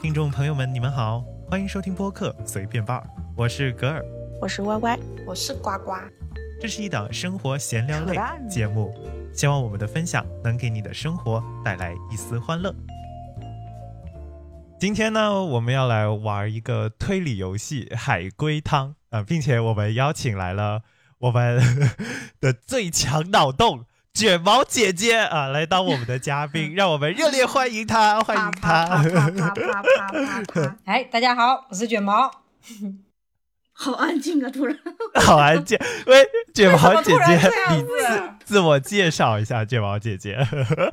听众朋友们，你们好，欢迎收听播客随便吧，我是格尔，我是歪 歪，我是呱呱。这是一档生活闲聊类扯淡节目，希望我们的分享能给你的生活带来一丝欢乐。今天呢，我们要来玩一个推理游戏《海龟汤》啊、呃并且我们邀请来了我们 的最强脑洞卷毛姐姐啊、来当我们的嘉 宾，让我们热烈欢迎她，欢迎她。啪啪啪啪啪啪啪！哎，大家好，我是卷毛。 好安静啊！突然，好安静，喂，卷毛姐为什么突姐然这，你样子自我介绍一下，卷毛姐姐。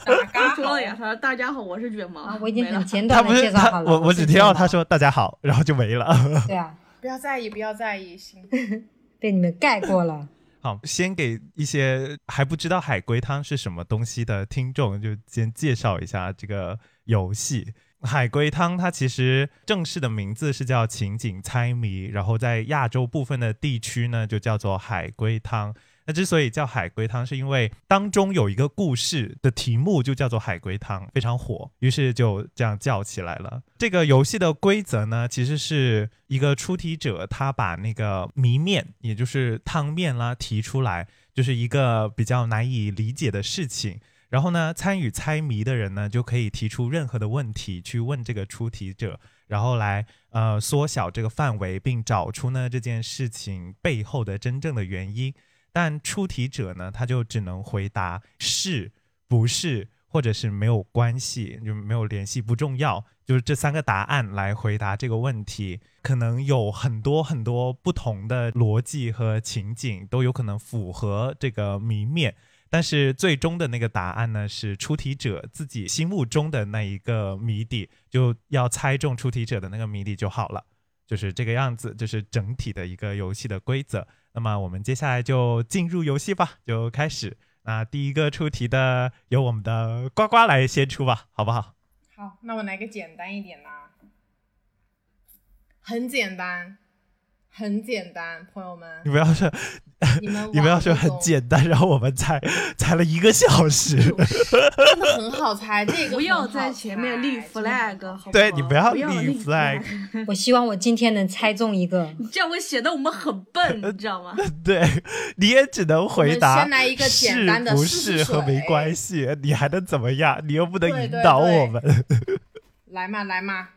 打嘎 说了呀，他说大家好，我是卷毛。啊，我已经没了很简她短不的是介绍好她，了。我我是只听到卷毛她。说大家好，然后就没了。 对啊， 不要在意，不要在意，行。 被你们盖过了。好，先给一些还不知道海龟汤是什么东西的听众，就先介绍一下这个游戏。海龟汤它其实正式的名字是叫情景猜谜，然后在亚洲部分的地区呢，就叫做海龟汤。那之所以叫海龟汤，是因为当中有一个故事的题目就叫做海龟汤，非常火，于是就这样叫起来了。这个游戏的规则呢，其实是一个出题者他把那个谜面，也就是汤面啦提出来，就是一个比较难以理解的事情。然后呢，参与猜谜的人呢，就可以提出任何的问题去问这个出题者，然后来呃缩小这个范围，并找出呢这件事情背后的真正的原因。但出题者呢，他就只能回答是、不是，或者是没有关系，就没有联系，不重要，就是这三个答案来回答这个问题。可能有很多很多不同的逻辑和情景都有可能符合这个谜面，但是最终的那个答案呢，是出题者自己心目中的那一个谜底，就要猜中出题者的那个谜底就好了。就是这个样子，这、是整体的一个游戏的规则。那么我们接下来就进入游戏吧，就开始。那第一个出题的由我们的呱呱来先出吧，好不 好？好，那我来个简单一点的、啊，很简单，很简单，朋友们你，不要说，你们你不要说很玩这种简单，然后我们猜猜了一个小时。 真的很好猜，这个不要很好在前面立猜真 flag，好不的很好？对你不不要立立 flag，我希望我今天能猜中一个。你这样会显得我们很 笨，你知道吗？ 对，你也只能回我们答先来一个简单的是不试试是和没水关系，你还能怎么样？你又不能对引对导对我们。 来嘛来嘛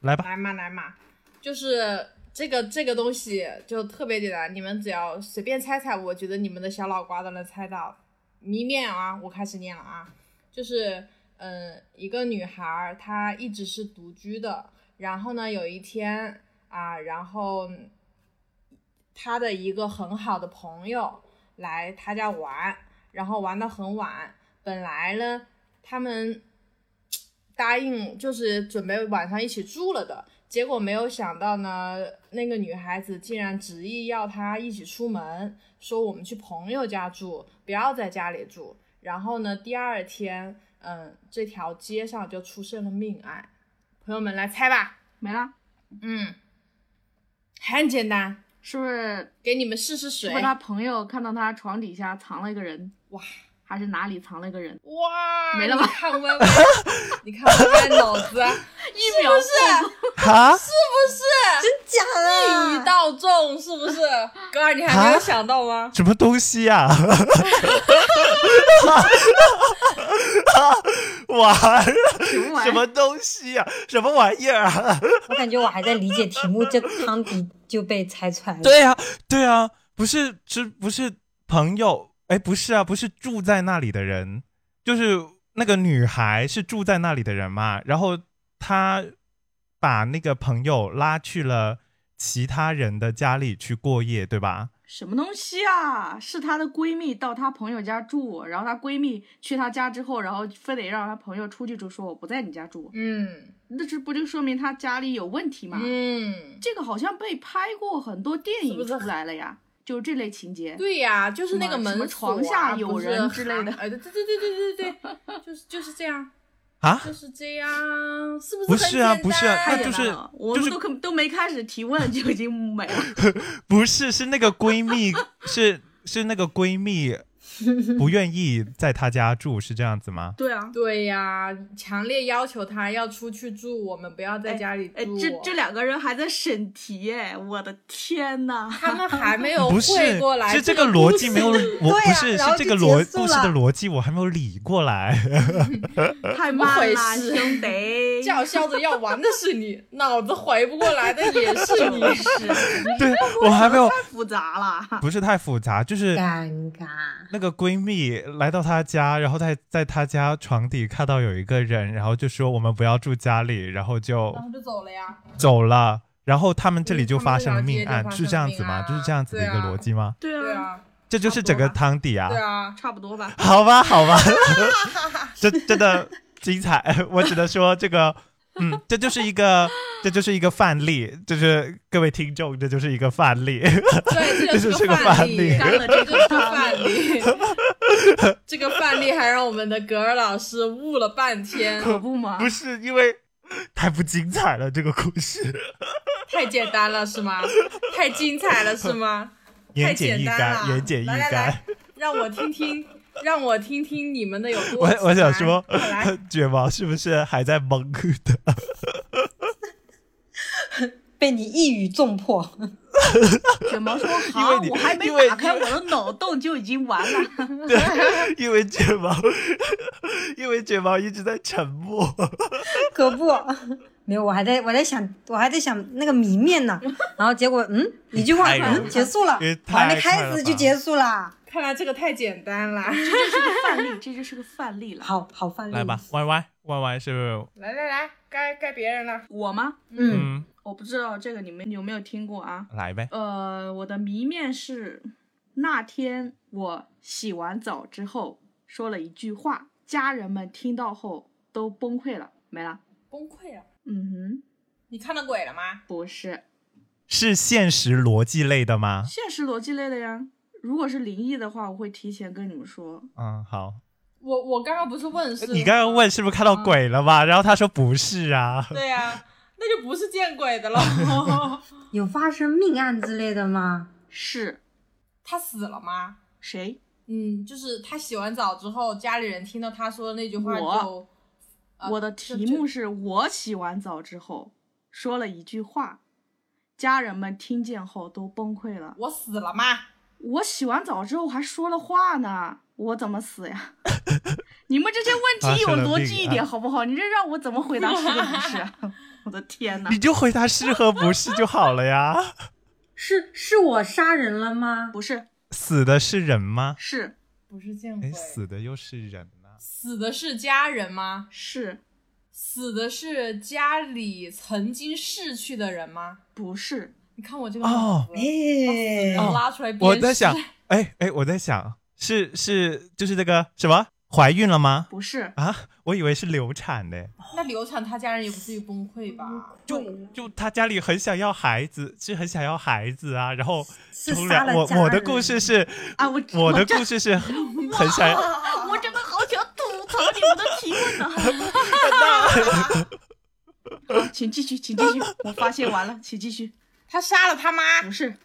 来吧，来嘛来嘛，就是这个这个东西就特别简单，你们只要随便猜猜，我觉得你们的小脑瓜都能猜到。谜面啊，我开始念了啊，就是嗯，一个女孩儿她一直是独居的，然后呢，有一天啊，然后她的一个很好的朋友来她家玩，然后玩到很晚，本来呢，他们答应就是准备晚上一起住了的，结果没有想到呢，那个女孩子竟然执意要他一起出门，说我们去朋友家住，不要在家里住。然后呢，第二天，嗯，这条街上就出现了命案。朋友们来猜吧，没了，嗯，很简单，是不 是？给你们试试是水不。是他朋友看到他床底下藏了一个人？哇，还是哪里藏了一个人？哇，没了吧你看歪歪， 你看歪歪脑子， 一秒是哈，真假一语？道中，是不是？哥儿，你还没有想到吗？什么东西 呀、啊？哇，什么玩意啊什儿？么东西呀、什么玩意儿啊？我感觉我还在理解题目，这汤底就被猜出来了。对呀、对啊，不是，是不是朋友？哎，不是啊，不是住在那里的人，就是那个女孩是住在那里的人嘛。然后她把那个朋友拉去了其他人的家里去过夜，对吧？什么东西啊？是她的闺蜜到她朋友家住，然后她闺蜜去她家之后，然后非得让她朋友出去住，说我不在你家住，嗯那这不就说明她家里有问题吗？嗯，这个好像被拍过很多电是不影是出来了呀，就是这类情节。对呀、就是那个什么门锁啊、床下不有是人之类的哎，对对对对对对对，就是就是这样，啊，就是这样，是不是？不是啊不是啊太那简就是单了，我就是们都可都没开始提问就已经没了。不是，是那个闺蜜，是是那个闺蜜不愿意在他家住，是这样子吗？对啊，对呀、强烈要求他要出去住，我们不要在家里住。哎，这这两个人还在审题，哎，我的天呐！他们还没有 不是会过，来，是这个个逻故辑事没有，我对不呀是然后是这个就逻结束故事的了逻辑我还没有理过来。呃太怎么慢回了，事兄弟。 叫嚣着要玩的是你，脑子回不过来的也 是你。对我还没有，太复杂了。不是太复杂，就是尴尬。那个闺蜜来到她家，然后在在她家床底看到有一个人，然后就说我们不要住家里，然后就然后就走了呀。走了。然后他们这里嗯就他发们这生了条街命就案，发是生这了样命子吗？案就是这样子的一个对啊逻辑吗？对对啊，啊，这就是整个汤底啊！对啊，差不多吧。好吧，好吧， 这真的精彩。我只能说这个，嗯，这就是一个，这就是一个范例，就是各位听众，这就是一个范例。对，这这就是是个个范范例例，干了这这个是范例。这个范例 还让我们的格尔老师悟了半天，可不嘛 不，是因为太不精彩了，这个故事太简单了是吗？太精彩了是吗？太 言简简意单赅，了言简意来来赅来。让我听听，让我听听你们的有多我我想难说快来，卷毛是不是还在蒙的？ 被你一语中破， 卷毛说因为好你，我还没因为打开我的脑洞就已经完了。对，因为卷毛，因为卷毛一直在沉默。可不， 没有，我还在我在想，我还在想那个谜面呢，然后结果嗯，一句话太容易嗯结束了因为，我太还快没开了始吧就结束啦，看来这个太简 单了。这就是个范例，这就是个范例了。好好 范例，来吧，歪歪歪歪是不是？来来来，该该别人了。我吗？嗯，嗯，我不知道这个你们有没有听过啊？来呗。呃，我的谜面是那天我洗完澡之后说了一句话，家人们听到后都崩溃了，没了。崩溃了，嗯你看到鬼了吗哼，？不是，是现实逻辑类的吗？现实逻辑类的呀。如果是灵异的话，我会提前跟你们说。嗯，好。我我刚刚不是问啊是？你刚刚问是不是看到鬼了嗯吧？然后他说不是 啊。对呀、那就不是见鬼 的了。 有发生命案之类的吗？是他死了吗？谁？嗯，就是他洗完澡之后，家里人听到他说的那句话我就，啊我的就题目是我洗完澡之后说了一句话，家人们听见后都崩溃了。我死了吗？我洗完澡之后还说了话呢，我怎么死呀？ 你们这些问题有逻辑一点好不好？你这让我怎么回答是和不是啊？ 我的天哪你！就回答是和不是就好了呀。是是我杀人了吗？不是，死的是人吗？是不是见哎，鬼，死的又是人啊？死的是家人吗？是死的是家里曾经逝去的人吗？不是？你看我这个哦脑子哎我拉出来辨识。我在想，哎哎，我在想，是是就是这个什么怀孕了吗？不是？啊，我以为是流产呢。那流产他家人也不至于崩溃吧？就就他家里很想要孩子，是很想要孩子啊。然后是从杀两了我家人我的故事是啊，我我的真故事是很想要。啊我真的好想吐槽你们的提问呢。 好请继续，请继续。我发泄完了，请继续。他杀了他妈，不是，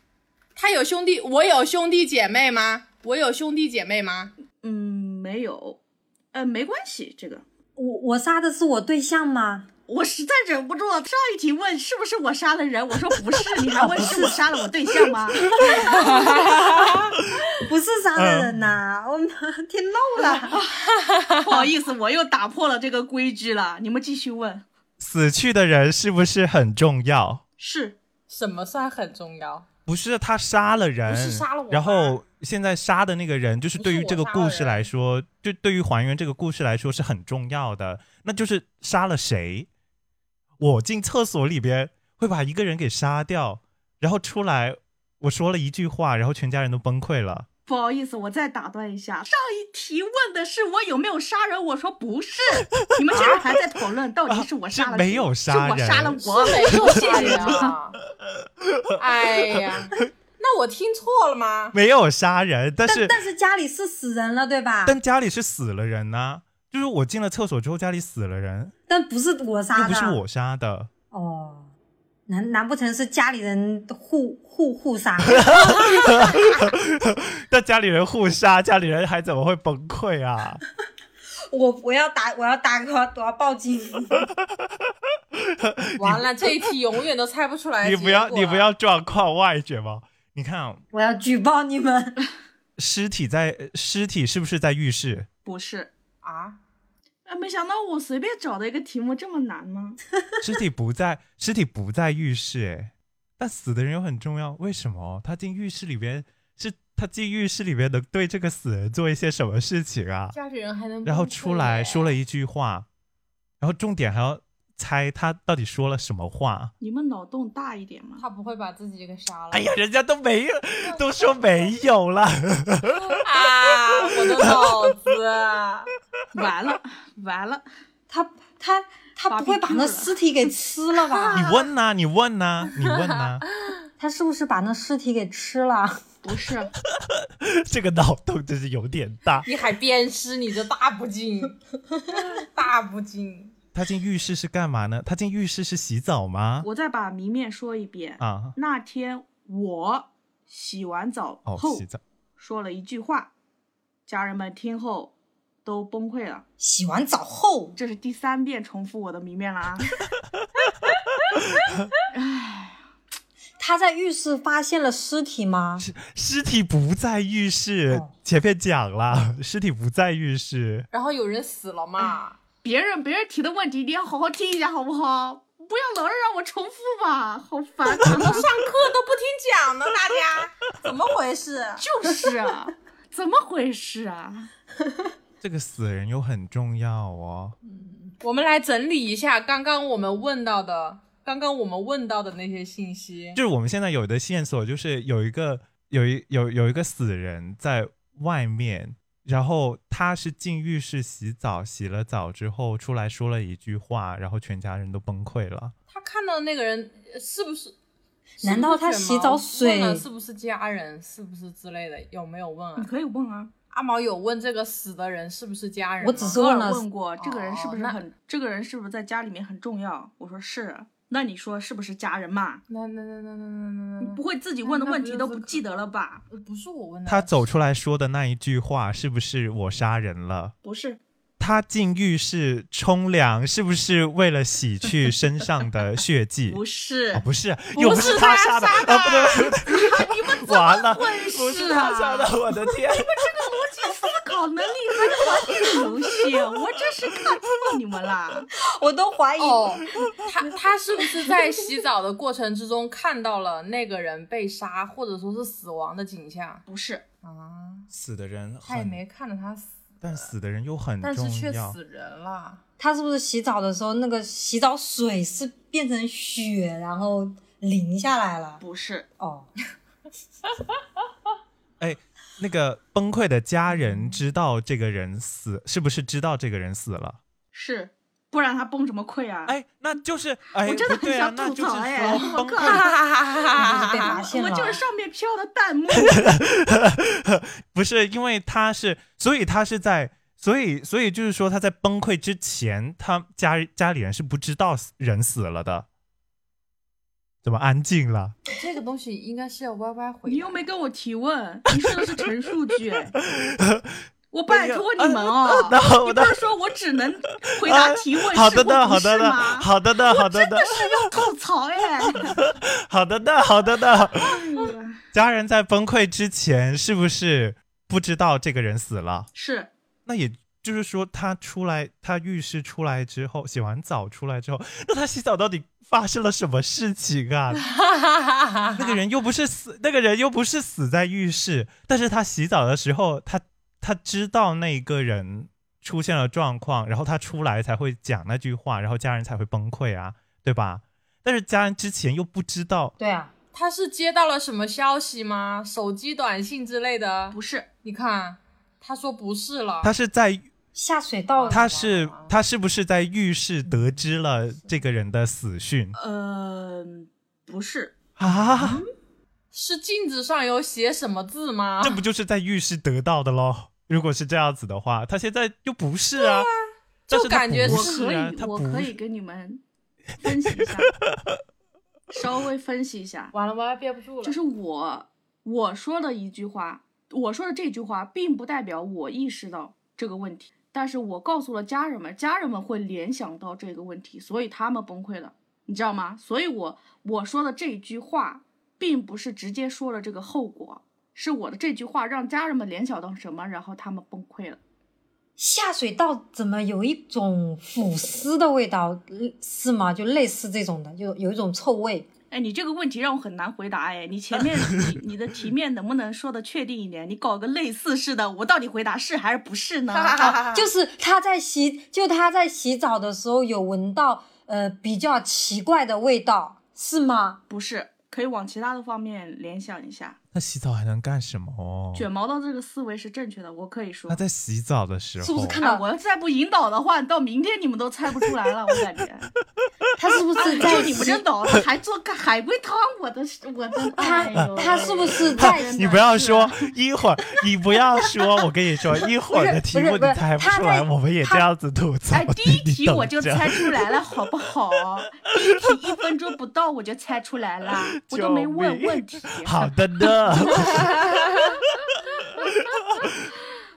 他有兄弟，我有兄弟姐妹吗？我有兄弟姐妹吗？嗯，没有，呃，没关系，这个我我杀的是我对象吗？我实在忍不住了，上一题问是不是我杀了人，我说 不是，你还问是我杀了我对象吗？ 嗯不是杀的人呐、 我们天漏了，不好意思，我又打破了这个规矩了，你们继续问。死去的人是不是很重要？是什么算很重要？不是他杀了人，不是杀了我然后现在杀的那个人，就是对于这个故事来说，就对于还原这个故事来说是很重要的。那就是杀了谁？我进厕所里边会把一个人给杀掉，然后出来，我说了一句话，然后全家人都崩溃了。不好意思，我再打断一下，上一题问的是我有没有杀人，我说不是，你们现在还在讨论到底是我杀了啊谁，是没有杀人是我杀了我，没有杀人 啊！哎呀，那我听错了吗？没有杀人，但是 但但是家里是死人了，对吧？但家里是死了人呐、就是我进了厕所之后，家里死了人，但不是我又杀的，不啊是我杀的。哦， 难难不成是家里人互互互杀？那家里人互杀，家里人还怎么会崩溃啊？我我要打，我要打，我要我要报警。完了，这一题永远都猜不出来。你不要你不要状况外绝吗？你看、啊，我要举报你们。尸体在呃尸体是不是在浴室？不是，啊！哎，没想到我随便找的一个题目这么难吗？尸体不在，尸体不在浴室，哎，但死的人又很重要，为什么？他进浴室里边是他进浴室里边能对这个死人做一些什么事情啊？家里人还能啊然后出来说了一句话，然后重点还要猜他到底说了什么话。你们脑洞大一点嘛！他不会把自己给杀了？哎呀，人家都没有，都说没有了。啊！我的脑子。完了完了，他他他不会把那尸体给吃了吧？你问呐、你问呐、你问呐、他是不是把那尸体给吃了？ 不是，这个脑洞真是有点大。你还鞭尸，你这大不敬， 大不敬。他进浴室是干嘛呢？他进浴室是洗澡吗？我再把谜面说一遍。啊，那天我洗完澡哦，后洗澡。说了一句话，家人们听后都崩溃了。洗完澡后，这是第三遍重复我的谜面了 啊！他在浴室发现了尸体 吗？尸体不在浴室，哦前面讲了，尸体不在浴室。然后有人死了嘛？别人别人提的问题，你要好好听一下好不好？不要老是让我重复吧，好烦啊！上课都不听讲呢，大 家怎么回事？就是 啊，怎么回事啊？这个死人又很重要哦。我们来整理一下刚刚我们问到的，刚刚我们问到的那些信息。就是我们现在有的线索，就是有一个有一有有一个死人在外面，然后他是进浴室洗澡，洗了澡之后出来说了一句话，然后全家人都崩溃了。他看到那个人呃是不是？难道他是不是洗澡卷毛水问了是不是家人？是不是之类的？有没有问你啊？可以问啊，阿毛有问这个死的人是不是家人吗？我只是我问有了，问过这个人是不哦是那很，这个人是不是在家里面很重要？我说是，啊那你说是不是家人嘛？那那那那那那那你那不会自己问的那那问不题就都是嗯不可记得了吧？那不是我问的。他走出来说的那一句话是不是我杀人了？不是，他进浴室冲凉是不是为了洗去身上的血迹？不是哦，，不是，又不是他他杀的，杀的啊，不对，不对， 你们怎完么了，回事啊？不是他杀的，我的天！思考能力还管理游戏，我真是看错你们啦！我都怀疑。哦，他他是不是在洗澡的过程之中看到了那个人被杀或者说是死亡的景象不是，啊？死的人很，他也没看着他死，但死的人又很但是却重要。死人了。他是不是洗澡的时候那个洗澡水是变成血，然后淋下来了？不是，哦，哎，那个崩溃的家人知道这个人死，是不是知道这个人死了？是，不然他崩什么溃啊？哎，那就是哎，我真的不对啊，很想那吐就是槽哎说崩我靠溃哈哈那哈就是被发现我了。就是上面飘的弹幕， 不是因为他是，所以他是在，所以所以就是说他在崩溃之前，他家家里人是不知道死人死了的。怎么安静了？这个东西应该是要 Y Y 回答。你又没跟我提问，你说的是陈述 句。我拜托你们啊哦，那好你的不是说我只能回答提问好是的呢，或好不的是呢，吗？好的呢，好的 呢，要吐槽哎！ 好的呢，好的呢。哎呀家人在崩溃之前是不是不知道这个人死了？是那也就是说，他出来，他浴室出来之后，洗完澡出来之后，那他洗澡到底发生了什么事情啊？ 那个人又不是死，那个人又不是死在浴室，但是他洗澡的时候，他他知道那个人出现了状况，然后他出来才会讲那句话，然后家人才会崩溃啊，对吧？但是家人之前又不知道，对啊，他是接到了什么消息吗？手机短信之类的？不是？你看，他说不是了。他是在下水道他是他是不是在浴室得知了这个人的死讯 呃，不是，啊？是镜子上有写什么字吗？这不就是在浴室得到的喽？如果是这样子的话，他现在又不是啊，但是他就感觉不我是可啊以，他我不可以是。给你们分析一 下，稍微分析一下，完了，我要憋不住了。就是我我说的一句话，我说的这句话，并不代表我意识到这个问题，但是我告诉了家人们，家人们会联想到这个问题，所以他们崩溃了，你知道吗？所以我我说的这句话，并不是直接说了这个后果，是我的这句话让家人们联想到什么，然后他们崩溃了。下水道怎么有一种腐尸的味道，嗯是吗？就类似这种的，就有一种臭味。哎，你这个问题让我很难回答。哎，你 前面你你的题面能不能说的确定一点？你搞个类似似的，我到底回答是还是不是啊呢？啊 就是他在洗，就他在洗澡的时候有闻到呃比较奇怪的味道，是吗？不是，可以往其他的方面联想一下。那洗澡还能干什么哦？卷毛的这个思维是正确的，我可以说那。在洗澡的时候，是不是看啊！到我要再不引导的话，到明天你们都猜不出来了，我感觉。 他是不是在啊就你们洗这脑子还做个海龟汤，我的我的，他哎呦他是不 是在真的你不要是啊说，一会儿你不要说，我跟你说，一会儿的题目 不你是不是猜不他出来，在我们也这他样子吐槽。哎，第一你题等我就着猜出来了，好不好？第一题一分钟不到我就猜出来 了，我都没问救命问题。好的 呢，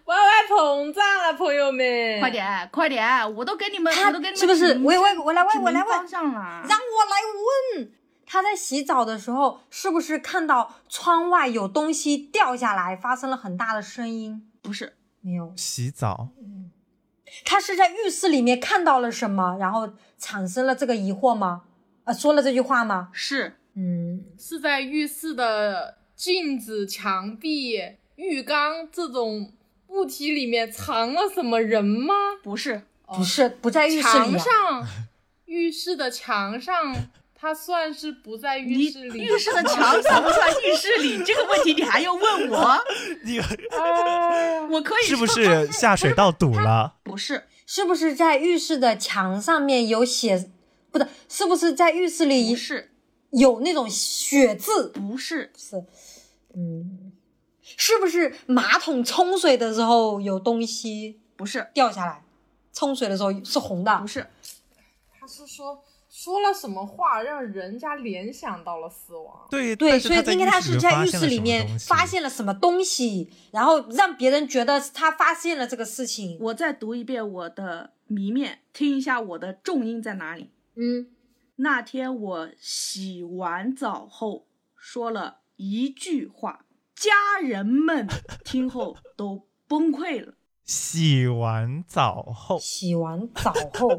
歪歪膨胀了，朋友们，快！点，快点！我都给你们，他我都给你们是不是指？明我我我来指问，明我来问方，向了。让我来问。他在洗澡的时候，是不是看到窗外有东西掉下来，发生了很大的声音？不是，没有，洗 澡他是在浴室里面看到了什么，然后产生了这个疑惑吗？呃，说了这句话吗？是嗯，是在浴室的镜子、墙壁、浴缸这种物体里面藏了什么人吗？不是？不是，不在浴室里、墙啊。上，浴室的墙上，它算是不在你浴室里。浴室的墙算不算浴室里？这个问题你还要问我？你我可以是不说是下水道堵了？不是？是不是在浴室的墙上面有写？不对，是不是在浴室里不是，有那种血渍？不是，是，嗯，是不是马桶冲水的时候有东西不是，掉下来？冲水的时候是红的不，是，他是说说了什么话，让人家联想到了死亡。对对，但所以在应该他是在浴室里里面面发发现了什么东西，然后让别人觉得他发现了这个事情。我再读一遍我的谜面，听一下我的重音在哪里。嗯，那天我洗完澡后说了一句话，家人们听后都崩溃了。洗完澡后，洗完澡后，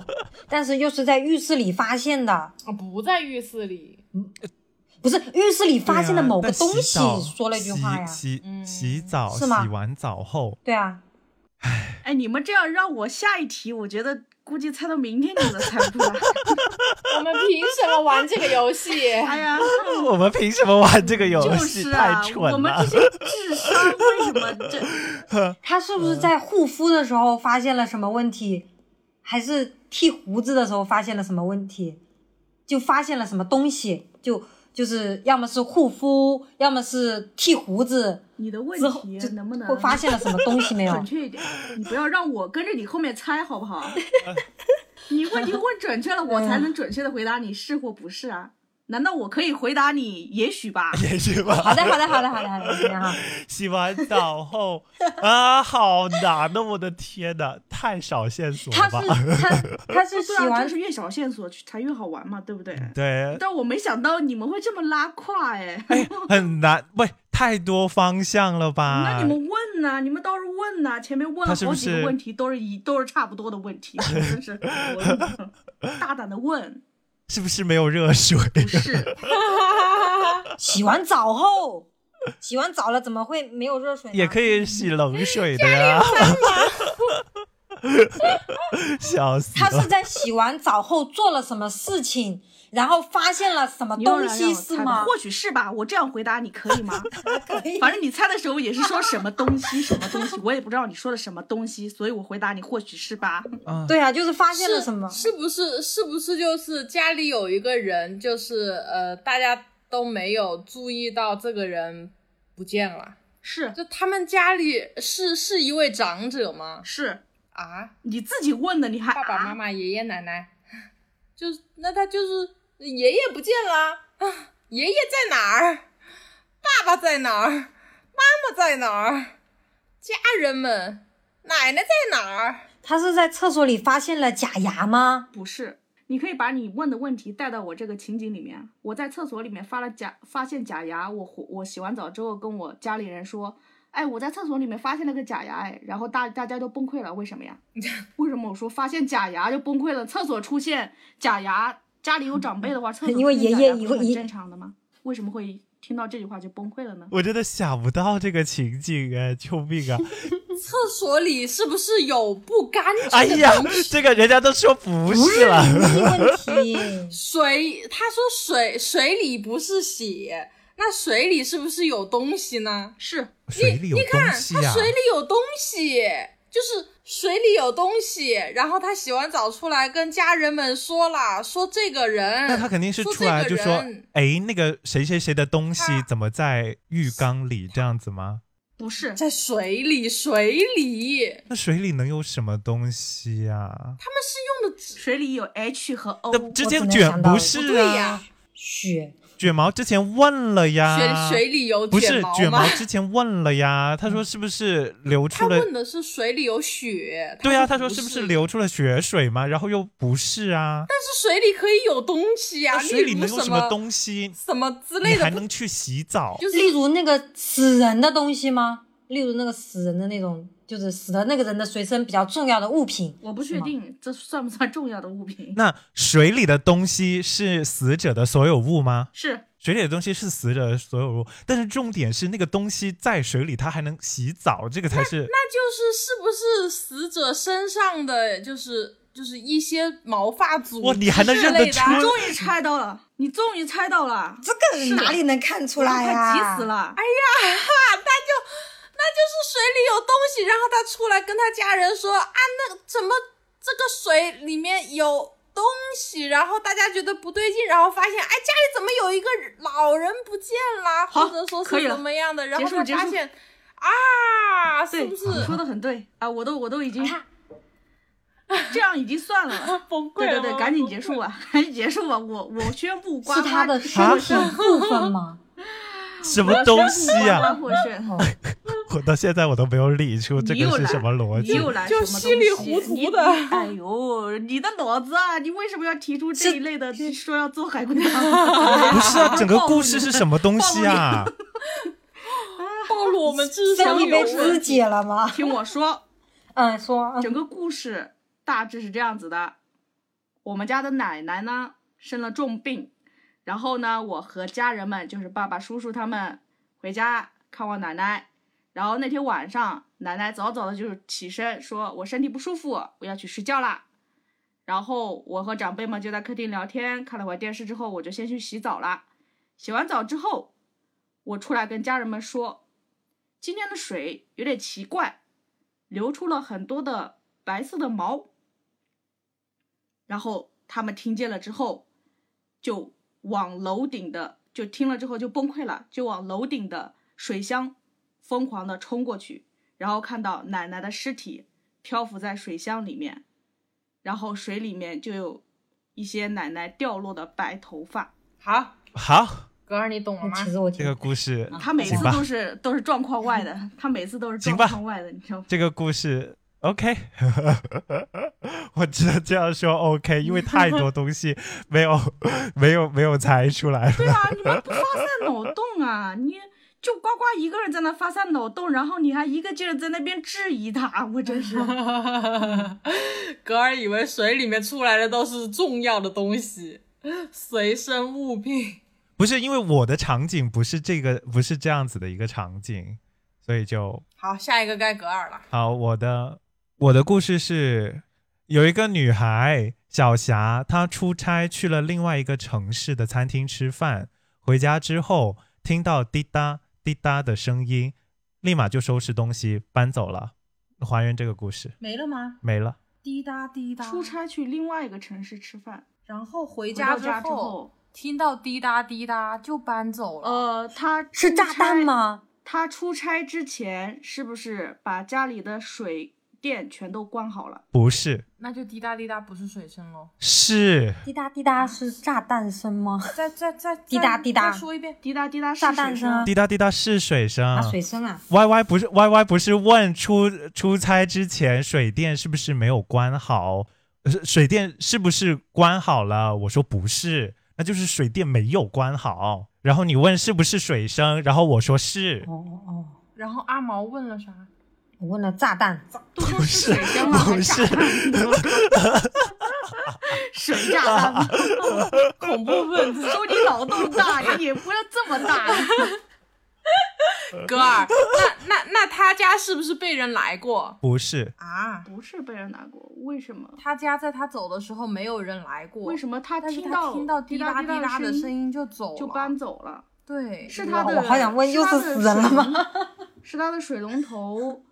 但是又是在浴室里发现的，啊，不在浴室里，不是浴室里 发现的对啊某个但洗东西澡，说了一句话呀。洗洗嗯洗澡，是吗洗完澡后， 对啊，哎，你们这样让我下一题，我觉得估计猜到明天你们都猜不出来。我们凭什么玩这个游 戏？哎呀，我们凭什么玩这个游就戏？是太啊，蠢我们了这！些智商为什么 这？他是不是嗯在护肤的时候发现了什么问题，还是剃胡子的时候发现了什么问题，就发现了什么东西，就就是要么是护肤，要么是剃胡子，你的问之后题就能不能会发现了什么东西没有 准？确一点，你不要让我跟着你后面猜，好不好？哎 你问题问准确了，哎我才能准确的回答你是或不是啊？难道我可以回答你也许吧？也是吧。好的，好的，好的，好的，好的，怎么样啊哈？洗完澡后啊，好难的，我的天哪，太少线索他了是吧？他他是 对洗啊，完就是越少线索才越好玩嘛，对不对？ 对，但我没想到你们会这么拉胯哎！很难，喂，太多方向了吧？那你们问呐、你们倒是问呐、前面问了他是不好几个是问题，都是一都是差不多的 问题，真是我大胆的问，是不是没有热水？不 是洗完澡后，洗完澡了怎么会没有热水呢？也可以洗冷水的啊呀。 笑死他了！是在洗完澡后做了什么事情，然后发现了什么你又东来让西我是猜吗吧？或许是吧，我这样回答你可以吗？可 以反正你猜的时候也是说什么东西什么东西，我也不知道你说的什么东西，所以我回答你或许是吧。啊，对啊，就是发是现了什么？是不是是不是就是家里有一个人，就是呃，大家都没有注意到这个人不见了？是就他们家里是是一位长者吗？是，啊，你自己问的，你还爸爸妈啊妈、爷爷奶奶，就是那他就是爷爷不见了啊，爷爷在哪儿？爸爸在哪儿？妈妈妈在哪儿？家人们，奶奶在哪儿？他是在厕所里发现了假牙吗？不是，你可以把你问的问题带到我这个情景里面。我在厕所里面发了假，发现假牙。我回我洗完澡之后跟我家里人说，哎，我在厕所里面发现了个假牙，哎，然后大大家都崩溃了。为什么 呀？为什么我说发现假牙就崩溃了？厕所出现假牙，家里有长辈的话，厕所因为出现爷假爷牙不以是后很以正常的吗？为什么会听到这句话就崩溃了呢？我真的想不到这个情景哎，救命啊！ 厕所里是不是有不干哎净呀的东西？，这个人家都说不是了，嗯问题水，他说水水里不是血，那水里是不是有东西呢？是水里有你东看，西它啊！水里有东西，就是水里有东西。然后他洗完澡出来跟家人们说了，说这个人，那他肯定是说出来就说嗯这个人，哎，那个谁谁谁的东西他怎么在浴缸里这样子吗？不是？在水里，水里，那水里能有什么东西啊？他们是水里有 H 和 O，那之前能卷想不到用的，是对啊，呀，雪卷毛之前问了呀，哎水水里有啊不是毛卷吗毛？之前问了呀，他说是不是流他出了？问的是水里有血，对啊，他他说是不是是？流出了血水嘛？然后又不是啊，但是水里可以有东西啊呀、那例水里如能有什什么东西？什么之你类还的，不能去洗澡？就是例如那个死人的东西吗？例如那个死人的那种，就是死的那个人的随身比较重要的物品。我不确定这算不算重要的物品。那水里的东西是死者的所有物吗？是水里的东西是死者的所有物，但是重点是那个东西在水里，它还能洗澡，这个才是那就是是不是死者身上的就是就是一些毛发组哇你还能织认得类的啊 出就终于猜到了，你终于猜到了，这个 人哪里能看出来他呀、急死！了。哎，啊，那就那就是水里有东西，然后他出来跟他家人说啊，那怎么这个水里面有东西？然后大家觉得不对劲，然后发现哎，家里怎么有一个老人不见啦，好或者说可是以了怎么样的？然后结束他结束发现啊，是对，不是哎你说的很对啊，我都我都已经啊 这样已经算 了。崩对对对，赶紧结束。束吧，赶 紧结束吧！我我宣布刮是刮他的身体部分吗？什么东西刮刮啊！获胜，哦，我到现在我都没有理出这你又个是来什么逻你辑。又来什就么东西稀里糊涂的你哎呦，你的脑子啊！你为什么要提出这一类的？说要做海龟汤， 不是啊，整个故事是么？什么东西啊？暴露我们 智身商体被有肢问题。解了吗？听我说，嗯，说嗯整个故事大致是这样子的：我们家的奶奶呢生了重病，然后呢，我和家人们，就是爸爸、叔叔他们回家看望奶奶。然后那天晚上，奶奶早早的就是起身说：“我身体不舒服，我要去睡觉啦。”然后我和长辈们就在客厅聊天，看了会儿电视之后，我就先去洗澡啦。洗完澡之后，我出来跟家人们说，今天的水有点奇怪，流出了很多的白色的毛。然后他们听见了之后，就往楼顶的，就听了之后就崩溃了，就往楼顶的水箱疯狂的冲过去，然后看到奶奶的尸体漂浮在水箱里面，然后水里面就有一些奶奶掉落的白头发。好，好，格儿，你懂了那吗？嗯其实我这挺个故事，他每行次吧都是都是状况外的，他每次都是状行吧况外的，你知道吗？这个故事 OK，我只能这样说 OK，因为太多东西没有没有没有猜出来了。对啊，你们不发散脑洞啊，你就呱呱一个人在那发散脑洞，然后你还一个劲儿在那边质疑他， 我真 是 格儿以为水里面出来的都是重要的东西，随身物品。不是因为我的场景不是这个，不是这样子的一个场景，所以就好，下一个该格儿了。好。我的我的故事是有一个女孩小霞，她出差去了另外一个城市的餐厅吃饭，回家之后听到滴答滴答的声音，立马就收拾东西搬走了。还原这个故事没了吗？没了。滴答滴答。出，差去另外一个城市吃饭，然后回回家到家后，之后，听到滴答滴答就搬走了。呃，他是出炸差弹？吗？他出差之前是不是把家里的水电全都关好了。不是，那就滴答滴答不是水声喽。是滴答滴答是炸弹声吗？再再再滴答滴答再说一遍。滴答滴答是炸水弹声声啊啊，滴答滴答是水声啊，。水声啊， Y Y 不是 Y Y 不是问出出差之前水电是不是没有关好，呃水电是不是关好了？我说不是，那就是水电没有关好。然后你问是不是水声，然后我说是哦，哦哦，然后阿毛问了啥？我问了炸弹，都说是水 声了，不还是炸弹，水炸弹吗， 恐怖 分子说你脑洞大呀，也不要这么大呀。哥儿，那那那他家是不是被人来过不是啊？不是被人拿过，为什么？他家在他走的时候没有人来过，为什么他但是听他到听到滴滴答滴答的的声音音就走了，就搬走了？对，是他的，我好想问又是死人了吗是他的水龙？是他的水龙头，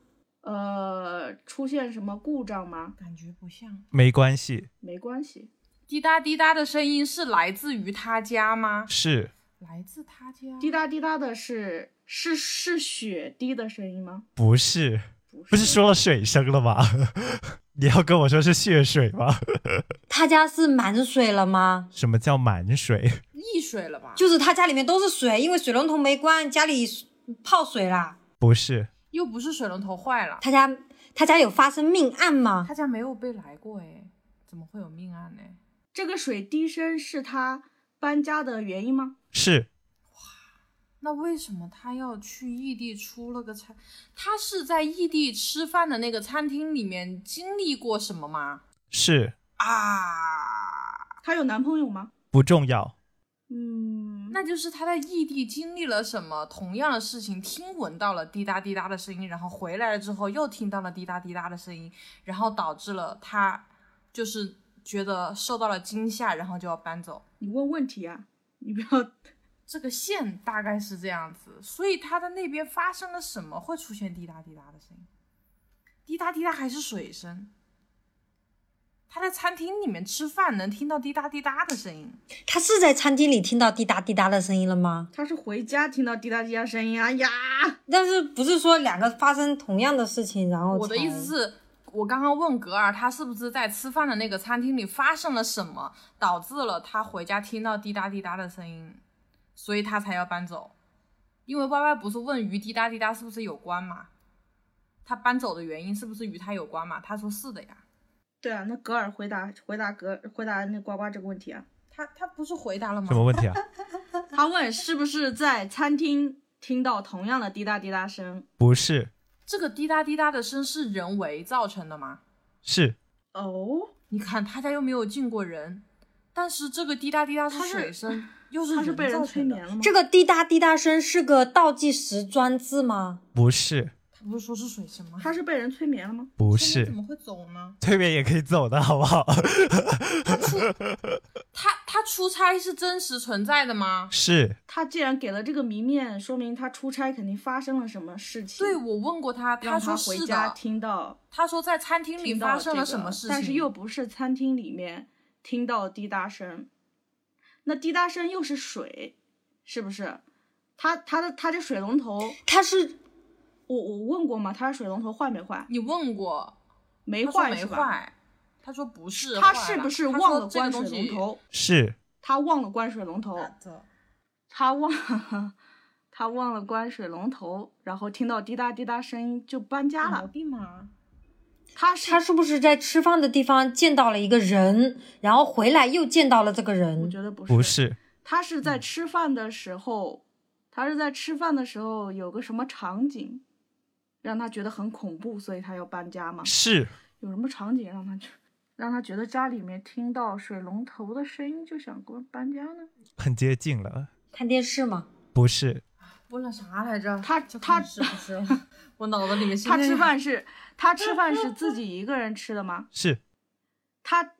呃，出现什么故障吗？感觉不像。没关系，没关系，滴答滴答的声音是来自于他家吗？是来自他家。滴答滴答的是是是血滴的声音吗？不是？不是，不是说了水声了吗？ 你要跟我说是血水吗？他家是满水了吗？什么叫满水？溢水了吧？就是他家里面都是水，因为水龙头没关，家里泡水啦。不是，又不是水龙头坏了，他家他家有发生命案吗？他家没有被来过哎，怎么会有命案呢？这个水滴声是他搬家的原因吗？是那为什么他要去异地出了个差？他是在异地吃饭的那个餐厅里面经历过什么吗？是啊，她有男朋友吗？不重要，嗯，那就是他在异地经历了什么同样的事情，听闻到了滴答滴答的声音，然后回来了之后又听到了滴答滴答的声音，然后导致了他就是觉得受到了惊吓，然后就要搬走。你问问题啊，你不要这个线大概是这样子，所以它的那边发生了什么会出现滴答滴答的声音？滴答滴答还是水声？他在餐厅里面吃饭能听到滴答滴答的声音，他是在餐厅里听到滴答滴答的声音了吗？他是回家听到滴答滴答声音啊呀，但是不是说两个发生同样的事情，然后我的才意思是，我刚刚问格尔，他是不是在吃饭的那个餐厅里发生了什么，导致了他回家听到滴答滴答的声音，所以他才要搬走。因为 Y Y 不是问与滴答滴答是不是有关嘛？他搬走的原因是不是与他有关嘛？他说是的呀。对啊，那格尔回答回答格回答那呱呱这个问题啊，他他不是回答了吗？什么问题啊？他问是不是在餐厅听到同样的滴答滴答声？不是，这个滴答滴答的声是人为造成的吗？是哦，你看他家又没有进过人，但是这个滴答滴答他是水声， 又是他是被人人造催成的眠。了吗？这个滴答滴答声是个倒计时装置吗？不是他不是说是水声吗？他是被人催眠了吗？不催是眠怎，么会走呢？对面也可以走的好不好？ 他他出差是真实存在的吗？是他既然给了这个谜面，说明他出差肯定发生了什么事情。对，我问过他，让说他是回的。家听到他说在餐厅里听到发生了这个什么事情，但是又不是餐厅里面听到滴答声，那滴答声又是水，是不是？他他的他这水龙头，他是我我问过吗？他水龙头坏没坏？你问过，没他说坏没是吧？坏，他说不是坏了，他是不是他说忘了这个关东水西嗯龙？头？是他忘了关水龙头。的他忘他忘了关水龙头，然后听到滴答滴答声音就搬家毛了。病吗？他是他是不是在吃饭的地方见到了一个人，然后回来又见到了这个我人？觉得不是，不是他是在吃饭的时候，他是在吃饭的时候有个什么场景，让他觉得很恐怖，所以他要搬家吗？是有什么场景让他觉让他觉得家里面听到水龙头的声音就想关搬家呢？很接近了，看电视吗？不是问了啥来着？他就他不是不是了，我脑子里面现他在吃饭是他吃饭是自己一个人吃的吗？是他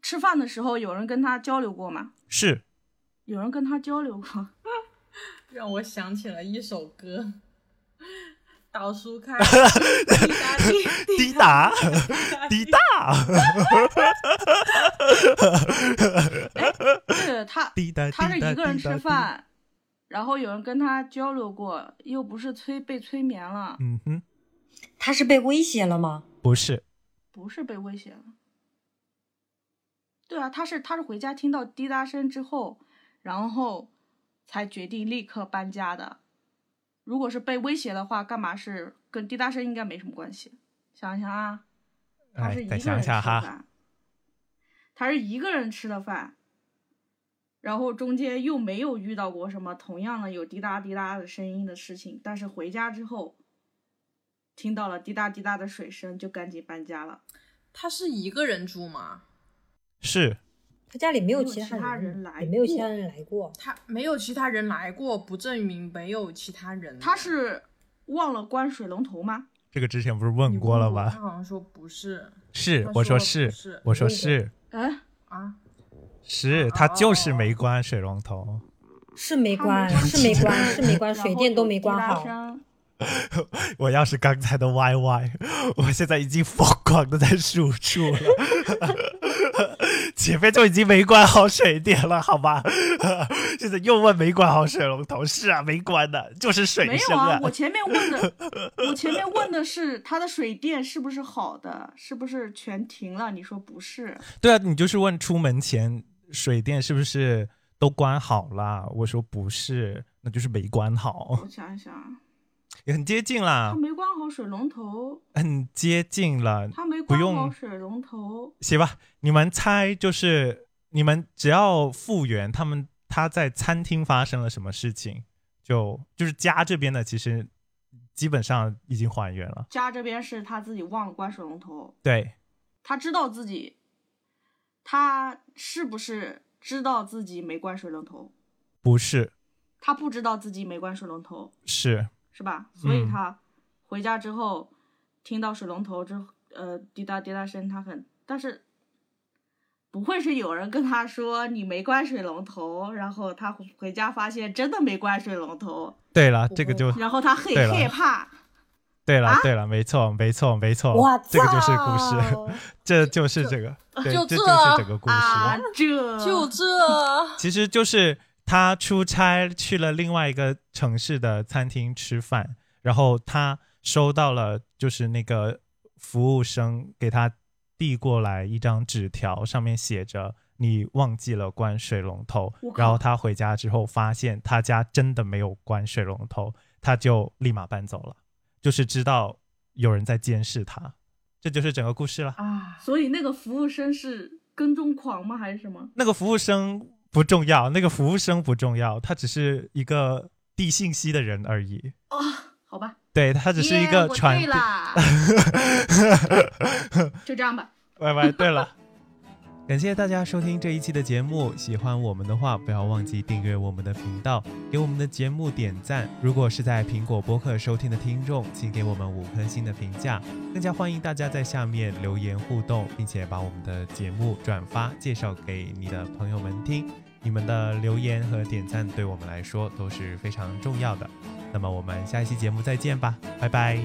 吃饭的时候有人跟他交流过吗？是有人跟他交流过。让我想起了一首歌，导 叔开滴答滴滴答 滴答对他，滴答， 他是滴答一个人吃，滴答滴饭，然后有人跟他交流过，又不是催被催眠了，嗯哼，他是被威胁了吗？不是，不是被威胁了。对啊，他是他是回家听到滴答声之后，然后才决定立刻搬家的。如果是被威胁的话，干嘛是跟滴答声应该没什么关系？想一想啊，他哎是一，再个人吃想的想哈，饭，他是一个人吃的饭，然后中间又没有遇到过什么同样的有滴答滴答的声音的事情，但是回家之后听到了滴答滴答的水声，就赶紧搬家了。他是一个人住吗？是他家里没有没有其其他人，人来也没有其过他人来过。他没有其他人来过，不证明没有其他人。他是忘了关水龙头吗？这个之前不是问你过了他吗？好像说不是是他，我说说了是不是，我说问过是，嗯，啊，是他就是哦没关水龙头。是没他关，是没关，是 没关，水电都没关然后有好滴答。 声我要是刚才的 YY，我现在已经疯狂的在数数了， 前面就已经没关好水电了，好吧？ 现在又问没关好水龙头，是啊，没关的，就是水没有声啊，我前面问的，我前面问的是他的水电是不是好的，是不是全停了？你说不是，对啊，你就是问出门前水电是不是都关好了？我说不是，那就是没关好， 我想一想啊，也很接近啦他，没关好水龙头，很接近了。他没嗯不关好用水龙头，行吧，你们猜，就是你们只要复原他们他在餐厅发生了什么事情，就就是家这边的其实基本上已经还原了。家这边是他自己忘了关水龙头，对，他知道自己，他是不是知道自己没关水龙头？不是，他不知道自己没关水龙头，是是吧？所以嗯他回家之后、听到水龙头之后呃滴答滴答声，他很，但是不会是有人跟他说你没关水龙头，然后他回回家发现真的没关水龙头，对了，不这个会就然后他很对了害怕。对了啊，对了，没错，没错，没错，哇，这个就是故事，操 这就是这个，对，就这就这是整个故事。啊，这 就这，其实就是他出差去了另外一个城市的餐厅吃饭，然后他收到了就是那个服务生给他递过来一张纸条，上面写着“你忘记了关水龙头我”，靠然后他回家之后发现他家真的没有关水龙头，他就立马搬走了，就是知道有人在监视他，这就是整个故事了。啊，所以那个服务生是跟踪狂吗？还是什么？那个服务生不重要，那个服务生不重要，他只是一个递信息的人而已。啊、好吧，对他只是一耶个我对传递。 啦就这样吧。拜拜。对了。 感谢大家收听这一期的节目，喜欢我们的话，不要忘记订阅我们的频道，给我们的节目点赞。如果是在苹果播客收听的听众，请给我们五颗星的评价。更加欢迎大家在下面留言互动，并且把我们的节目转发介绍给你的朋友们听。你们的留言和点赞对我们来说都是非常重要的。那么我们下一期节目再见吧，拜拜。